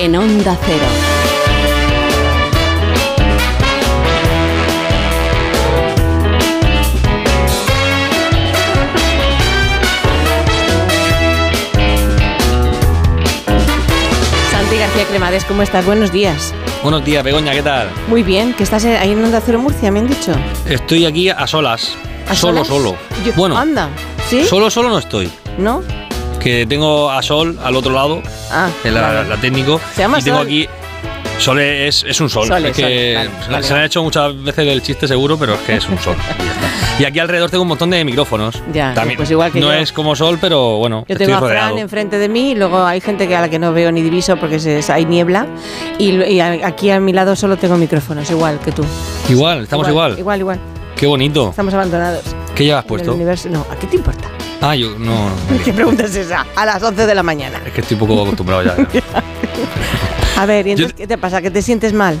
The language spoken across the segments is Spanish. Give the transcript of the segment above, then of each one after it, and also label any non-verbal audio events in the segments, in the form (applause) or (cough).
en Onda Cero. Santi García Cremades, ¿cómo estás? Buenos días. Buenos días, Begoña, ¿qué tal? Muy bien, que estás ahí en Onda Cero Murcia, me han dicho. Estoy aquí a solas. ¿A solo, solas? solo. Yo- bueno, Anda, ¿sí? solo, solo no estoy. ¿No? Que tengo a Sol al otro lado, Ah, que es la, vale. la técnico. Se llama y tengo Sol. aquí. Sol es, es un sol. Sol, es es que sol, vale, se- vale, se le vale. ha hecho muchas veces el chiste seguro, pero es que es (laughs) un sol. Y, ya está. Y aquí alrededor tengo un montón de micrófonos. Ya, pues igual que no yo. es como sol, pero bueno, Yo estoy tengo a rodeado. Fran enfrente de mí, y luego hay gente que a la que no veo ni diviso porque se, se- hay niebla. Y, lo- y a- aquí a mi lado solo tengo micrófonos, igual que tú. Igual, estamos igual. Igual, igual. Qué bonito. Estamos abandonados. en ¿Qué llevas el puesto? universo. No, ¿a qué te importa? (laughs) Ah, yo no. ¿Qué pregunta es esa? A las 11 de la mañana. Es que estoy poco acostumbrado (laughs) ya. A ver, ¿y Yo- entonces qué te pasa? ¿Que te sientes mal?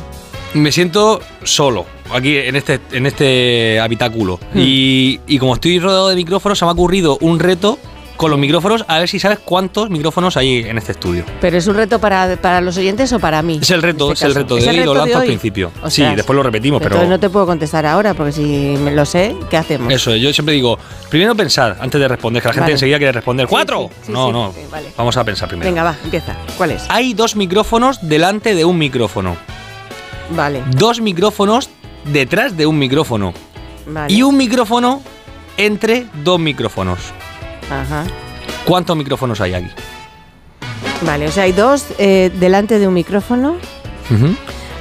Me siento solo aquí en este, en este habitáculo. Mm. Y, y como estoy rodeado de micrófonos, se me ha ocurrido un reto con los micrófonos a ver si sabes cuántos micrófonos hay en este estudio. ¿Pero es un reto para, para los oyentes o para mí? Es el reto, En este es el caso. reto de ¿Es el hoy, reto lo de lanzo al hoy? principio. Ostras. Sí, después lo repetimos, pero. Entonces no te puedo contestar ahora porque si me lo sé, ¿qué hacemos? Eso, es, yo siempre digo, primero pensar antes de responder, que la gente Vale. enseguida quiere responder. Sí, ¡Cuatro! sí, sí, no, sí, no. sí, vale. Vamos a pensar primero. Venga, va, empieza. ¿Cuál es? Hay dos micrófonos delante de un micrófono, Vale, dos micrófonos detrás de un micrófono. vale. y un micrófono entre dos micrófonos. Ajá. ¿Cuántos micrófonos hay aquí? Vale, o sea, hay dos eh, delante de un micrófono,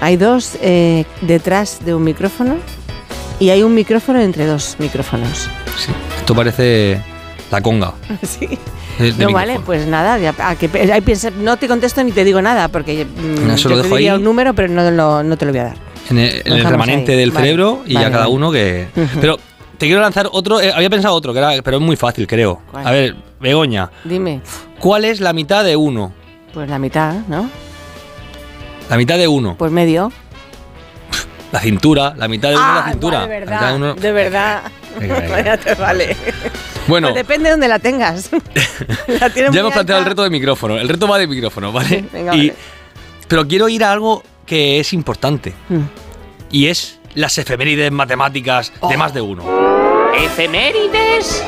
hay dos eh, detrás de un micrófono y hay un micrófono entre dos micrófonos. Sí. Esto parece la conga. (laughs) Sí. de- de No, micrófono. vale, pues nada, ya- a que pe- ahí piensa- no te contesto ni te digo nada porque mm, No, eso yo lo te dejo diría ahí. un número, pero no, lo- no te lo voy a dar. En el, en el dejamos remanente ahí. del Vale, cerebro y vale, ya cada vale. uno que. Ujú. Pero te quiero lanzar otro. eh, había pensado otro, que era- pero es muy fácil, creo. ¿Cuál? A ver, Begoña, Dime, ¿cuál es la mitad de uno? pues la mitad, ¿no? La mitad de uno. Pues medio. La cintura, la mitad de uno, la de cintura. La mitad Ah, verdad, de uno- de verdad. (laughs) Venga, venga. Ya te vale. Bueno, Pues depende de donde la (laughs) tengas. La tienes muy Ya hemos planteado el alta. reto de micrófono. El reto va de micrófono, ¿vale? Venga, Y- vale. Pero quiero ir a algo que es importante. Mm. Y es las efemérides matemáticas Oh. de más de uno. Efemérides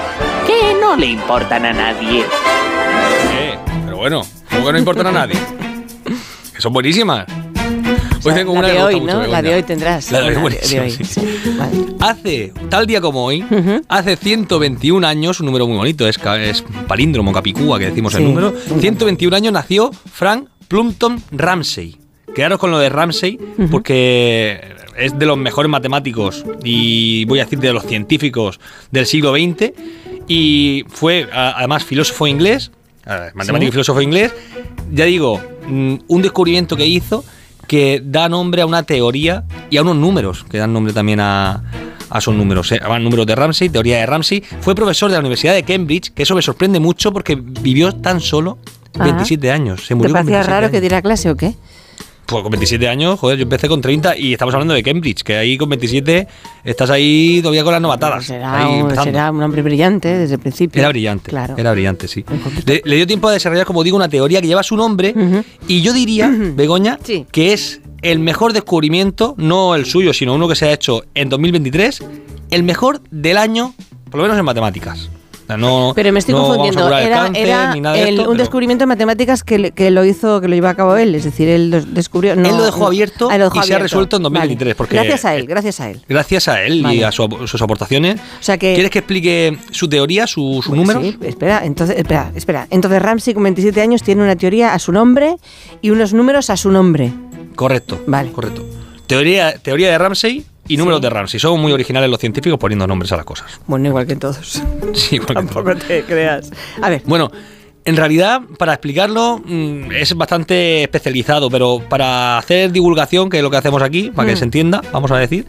que no le importan a nadie. Eh, pero bueno, como que no importan a nadie. Que son buenísimas. O sea, hoy Pues tengo la una que de me hoy, gusta ¿no? mucho, la de Begoña. hoy tendrás. La de hoy, Una buenísima, hoy. sí. Vale. Hace, tal día como hoy, Ujú. hace 121 años, un número muy bonito, es, ca- es palíndromo, capicúa que decimos Sí. el número, 121 años nació Frank Plumpton Ramsey. Quedaros con lo de Ramsey, porque es de los mejores matemáticos y voy a decir de los científicos del siglo XX. Y fue a- además filósofo inglés, a- matemático y filósofo inglés. Ya digo, mm, un descubrimiento que hizo que da nombre a una teoría y a unos números que dan nombre también a, a esos números. Se llaman números de Ramsey, teoría de Ramsey. Fue profesor de la Universidad de Cambridge, que eso me sorprende mucho porque vivió tan solo Ajá. 27 años. Se ¿Te murió con parecía 27 raro que años. diera clase o qué? Pues con 27 años, joder, yo empecé con 30 y estamos hablando de Cambridge, que ahí con 27 estás ahí todavía con las novatadas. Pues Será ahí un, empezando. será un hombre brillante desde el principio. Era brillante. Claro. Era brillante, sí. Un poquito. Le, le dio tiempo a desarrollar, como digo, una teoría que lleva su nombre. Ujú. Y yo diría, Begoña, Sí. que es el mejor descubrimiento, no el suyo, sino uno que se ha hecho en 2023, el mejor del año, por lo menos en matemáticas. O sea, no- Pero me estoy no vamos a confundiendo. curar el Era, cáncer era ni nada de el- esto, un pero- descubrimiento de matemáticas que, le- que lo hizo, que lo llevó a cabo él. Es decir, él lo descubrió. no, Él lo dejó no. abierto Ah, lo dejó y se ha abierto. resuelto en Vale. 2023, porque- gracias a él, gracias a él. Gracias a él y Vale. a su- sus aportaciones. O sea que- ¿Quieres que explique su teoría, su, su Bueno, número? Pues Sí, espera, entonces, espera, espera. Entonces Ramsey con 27 años tiene una teoría a su nombre y unos números a su nombre. Correcto. Vale. Correcto. Teoría, teoría de Ramsey y números de Ramsey. Son muy originales los científicos poniendo nombres a las cosas. Bueno, igual que todos. (laughs) Sí, igual que todo. Tampoco te creas. A ver. Bueno, en realidad, para explicarlo, mm, es bastante especializado, pero para hacer divulgación, que es lo que hacemos aquí, para Mm. que se entienda, vamos a decir,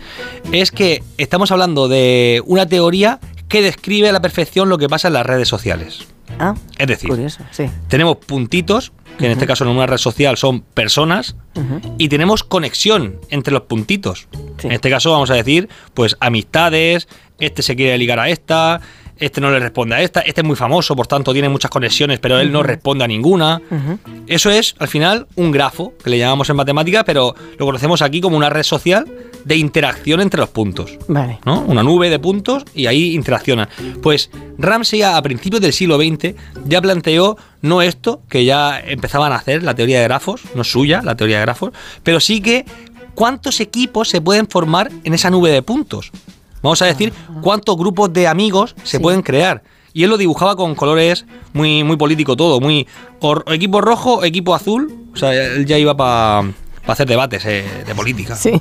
es que estamos hablando de una teoría que describe a la perfección lo que pasa en las redes sociales. Ah, Es decir, curioso, sí. tenemos puntitos, que en este caso en una red social son personas, Ujú. y tenemos conexión entre los puntitos. Sí. En este caso vamos a decir, pues amistades, este se quiere ligar a esta, este no le responde a esta, este es muy famoso, por tanto tiene muchas conexiones, pero él no responde a ninguna. Ujú. Eso es, al final, un grafo, que le llamamos en matemáticas, pero lo conocemos aquí como una red social de interacción entre los puntos. Vale. ¿no? Una nube de puntos y ahí interaccionan. Pues Ramsey a a principios del siglo XX ya planteó no esto, que ya empezaban a hacer la teoría de grafos, no es suya, la teoría de grafos, pero sí que cuántos equipos se pueden formar en esa nube de puntos. Vamos a decir cuántos grupos de amigos se Sí. pueden crear. Y él lo dibujaba con colores muy, muy político todo, muy or- equipo rojo, equipo azul. O sea, él ya iba para hacer debates eh, de política. Sí.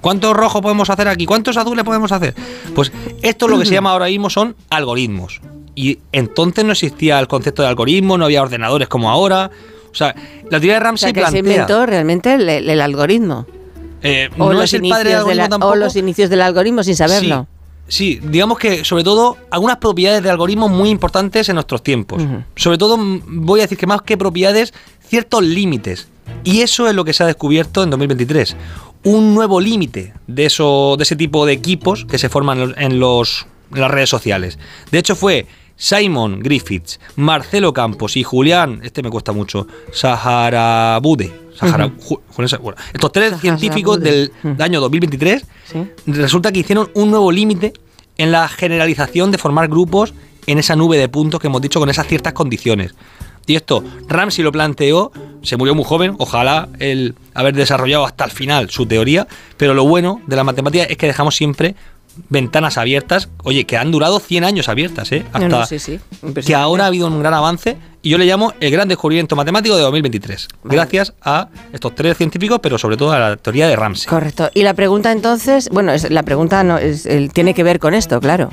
¿Cuántos rojos podemos hacer aquí? ¿Cuántos azules podemos hacer? Pues esto lo que se llama ahora mismo son algoritmos. Y entonces no existía el concepto de algoritmo, no había ordenadores como ahora. O sea, la teoría de O sea, Ramsey que se plantea. inventó realmente el, el algoritmo. eh, O, no los es el padre del inicios de algoritmo la- tampoco. o los inicios del algoritmo sin saberlo. Sí, sí, digamos que sobre todo algunas propiedades de algoritmos muy importantes en nuestros tiempos. Ujú. Sobre todo mm, voy a decir que más que propiedades, ciertos límites. Y eso es lo que se ha descubierto en 2023. Un nuevo límite de, eso, de ese tipo de equipos que se forman en los- en, los, en las redes sociales. De hecho fue Simon Griffiths, Marcelo Campos y Julián, este me cuesta mucho, Saharabude. Sahara, Ju- Julián Sa- bueno, estos tres Saharabude. científicos del Ujú. año 2023 Sí. resulta que hicieron un nuevo límite en la generalización de formar grupos en esa nube de puntos que hemos dicho con esas ciertas condiciones. Y esto, Ramsey lo planteó, se murió muy joven, ojalá el haber desarrollado hasta el final su teoría, pero lo bueno de la matemática es que dejamos siempre ventanas abiertas, oye, que han durado 100 años abiertas, ¿eh? No, Hasta no, sí, sí. que Impresionante. ahora ha habido un gran avance y yo le llamo el gran descubrimiento matemático de 2023, Vale. gracias a estos tres científicos, pero sobre todo a la teoría de Ramsey. Correcto. Y la pregunta entonces, bueno, es, la pregunta no es, el- tiene que ver con esto, claro.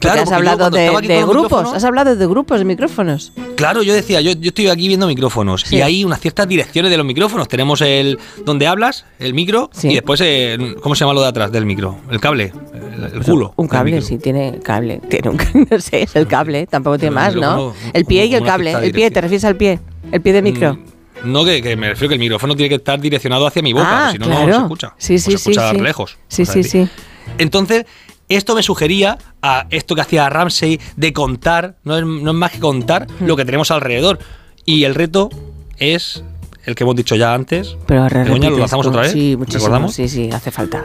Porque Claro, has porque yo hablado cuando de, estaba aquí de con los grupos, micrófonos- Pues, has hablado de grupos de micrófonos. Claro, yo decía, yo, yo estoy aquí viendo micrófonos Sí. y hay unas ciertas direcciones de los micrófonos. Tenemos el donde hablas, el micro Sí. y después, el- ¿cómo se llama lo de atrás del micro? El cable, el, el culo. Un del cable, micro. sí, tiene cable. (laughs) Tiene un, no sé, es el cable, tampoco tiene el más, ¿no? micrófono, El pie y como el una cable. cierta El pie, ¿te dirección. refieres al pie? El pie de micro. Mm, No, que, que me refiero que el micrófono tiene que estar direccionado hacia mi boca, Ah, si no, no claro. se escucha. Sí, sí, O se sí, escucha sí. lejos. Sí, o sea, sí, en fin. sí. Entonces, esto me sugería a esto que hacía Ramsey de contar, no es, no es más que contar Mm. lo que tenemos alrededor. Y el reto es el que hemos dicho ya antes. Pero ahora Begoña, ¿lo repites lanzamos tú. otra vez? Sí, muchísimo. ¿Recordamos? Sí, sí, hace falta.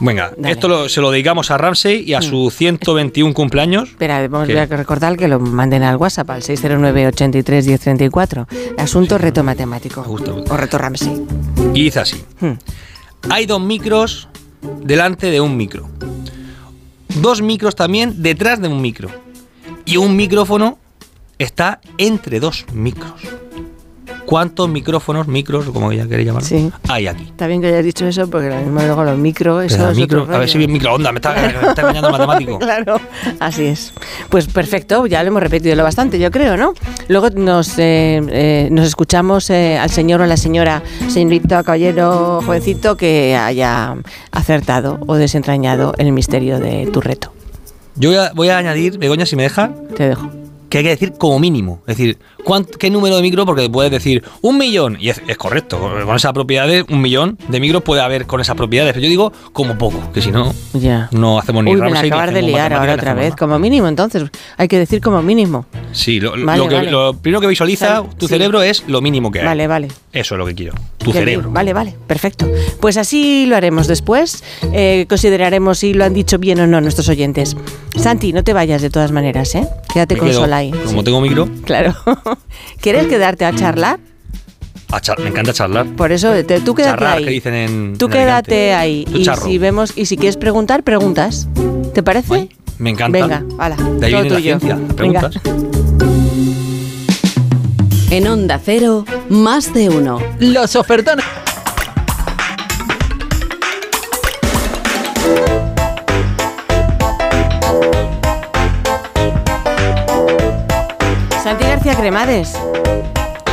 Venga, Dale. Hmm. esto lo- se lo dedicamos a Ramsey y a sus 121 cumpleaños. Espera, vamos ¿Qué? voy a recordar que lo manden al WhatsApp al 609-83-1034. Asunto reto matemático. Me gusta, me gusta. O reto Ramsey. Y dice así. Hmm. Hay dos micros delante de un micro. Dos micros también detrás de un micro. Y un micrófono está entre dos micros. ¿Cuántos micrófonos, micros, o como ya queréis llamarlo, Sí. hay aquí? Está bien que hayas dicho eso, porque lo mismo luego los micro, eso Pero es micro- otro a ver rollo. si bien microondas, me está, me está engañando el (laughs) matemático. Claro, así es. Pues perfecto, ya lo hemos repetido lo bastante, yo creo, ¿no? Luego nos, eh, eh, nos escuchamos eh, al señor o la señora, señorito, caballero, jovencito, que haya acertado o desentrañado el misterio de tu reto. Yo voy a, voy a añadir, Begoña, si me deja, Te dejo. que hay que decir como mínimo. Es decir, ¿cuán- ¿qué número de micro? Porque puedes decir un millón, y es, es correcto, con esas propiedades, un millón de micros puede haber con esas propiedades, pero yo digo como poco, que si no, Ya. no hacemos ni Uy, me la Ramsey, ni acabas de hacemos liar matemáticas, ahora ni otra hacemos vez. nada. Como mínimo, entonces, hay que decir como mínimo. Sí, lo, lo Vale, que- vale. lo primero que visualiza Vale, tu sí. cerebro es lo mínimo que hay. Vale, vale. Eso es lo que quiero, tu Qué cerebro. bien, Vale, vale, perfecto. Pues así lo haremos después. Eh, consideraremos si lo han dicho bien o no nuestros oyentes. Santi, no te vayas de todas maneras, ¿eh? Quédate Me con quedo- Solai. Como Mm. Sí, tengo micro, Claro. (laughs) ¿Quieres quedarte a charlar? a char- me encanta charlar. Por eso, te- tú quédate Charrar, ahí. que dicen en. tú en quédate Alicante. ahí. Yo Y charro. si vemos y si quieres preguntar, preguntas. ¿Te parece? Ay, me encanta. Venga, hala. De ahí todo viene la tuyo. ciencia, las Venga. preguntas. En Onda Cero, más de uno. Los ofertones. Santi García Cremades.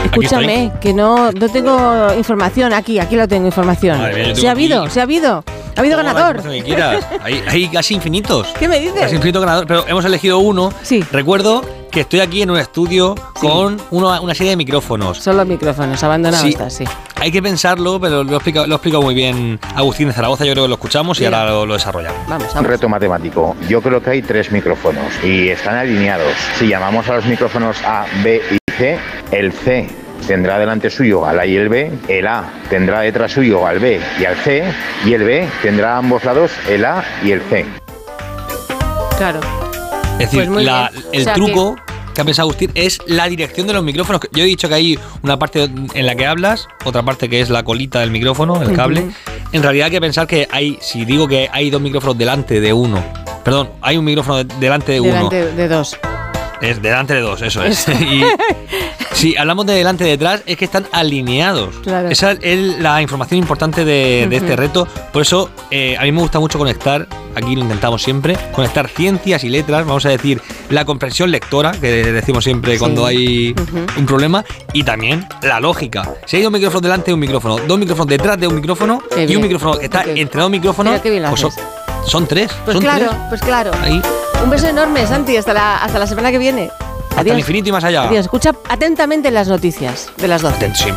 Escúchame, que no, no tengo información aquí, aquí lo tengo información. Madre mía, yo se tengo ha habido, aquí- se ha habido. Ha habido Toma, ganador. la información que quieras. Hay, hay casi infinitos. ¿Qué me dices? Casi infinitos ganadores, pero hemos elegido uno. Sí. Recuerdo que estoy aquí en un estudio con uno- una serie de micrófonos. Son los micrófonos, abandonado Sí. está, sí. Hay que pensarlo, pero lo explica, lo explica muy bien Agustín de Zaragoza. Yo creo que lo escuchamos y Mira. ahora lo, lo desarrollamos. Vamos, Un vamos. reto matemático. Yo creo que hay tres micrófonos y están alineados. Si llamamos a los micrófonos A, B y C, el C tendrá delante suyo al A y el B, el A tendrá detrás suyo al B y al C, y el B tendrá a ambos lados el A y el C. Claro. Es decir, Pues muy la- bien. el O sea truco que... ha pensado Agustín es la dirección de los micrófonos. Yo he dicho que hay una parte en la que hablas, otra parte que es la colita del micrófono, el cable. En realidad hay que pensar que hay, si digo que hay dos micrófonos delante de uno, perdón, hay un micrófono de- delante de uno, Delante de dos. es delante de dos, eso es. (laughs) Y si hablamos de delante y detrás, es que están alineados. Claro. Esa es la información importante de, de este reto. Por eso, eh, a mí me gusta mucho conectar, aquí lo intentamos siempre, conectar ciencias y letras, vamos a decir, la comprensión lectora, que decimos siempre Sí. cuando hay Ujú. un problema, y también la lógica. Si hay dos micrófonos delante de un micrófono, dos micrófonos detrás de un micrófono, Qué y bien. un micrófono que está Ok. entre dos micrófonos, Mira qué bien lo pues son, haces. son tres. Pues son claro, tres. pues claro. Ahí, Un beso enorme, Santi. Hasta la, hasta la semana que viene. hasta el Adiós. infinito y más allá. Adiós. Escucha atentamente las noticias de las 12. Atención.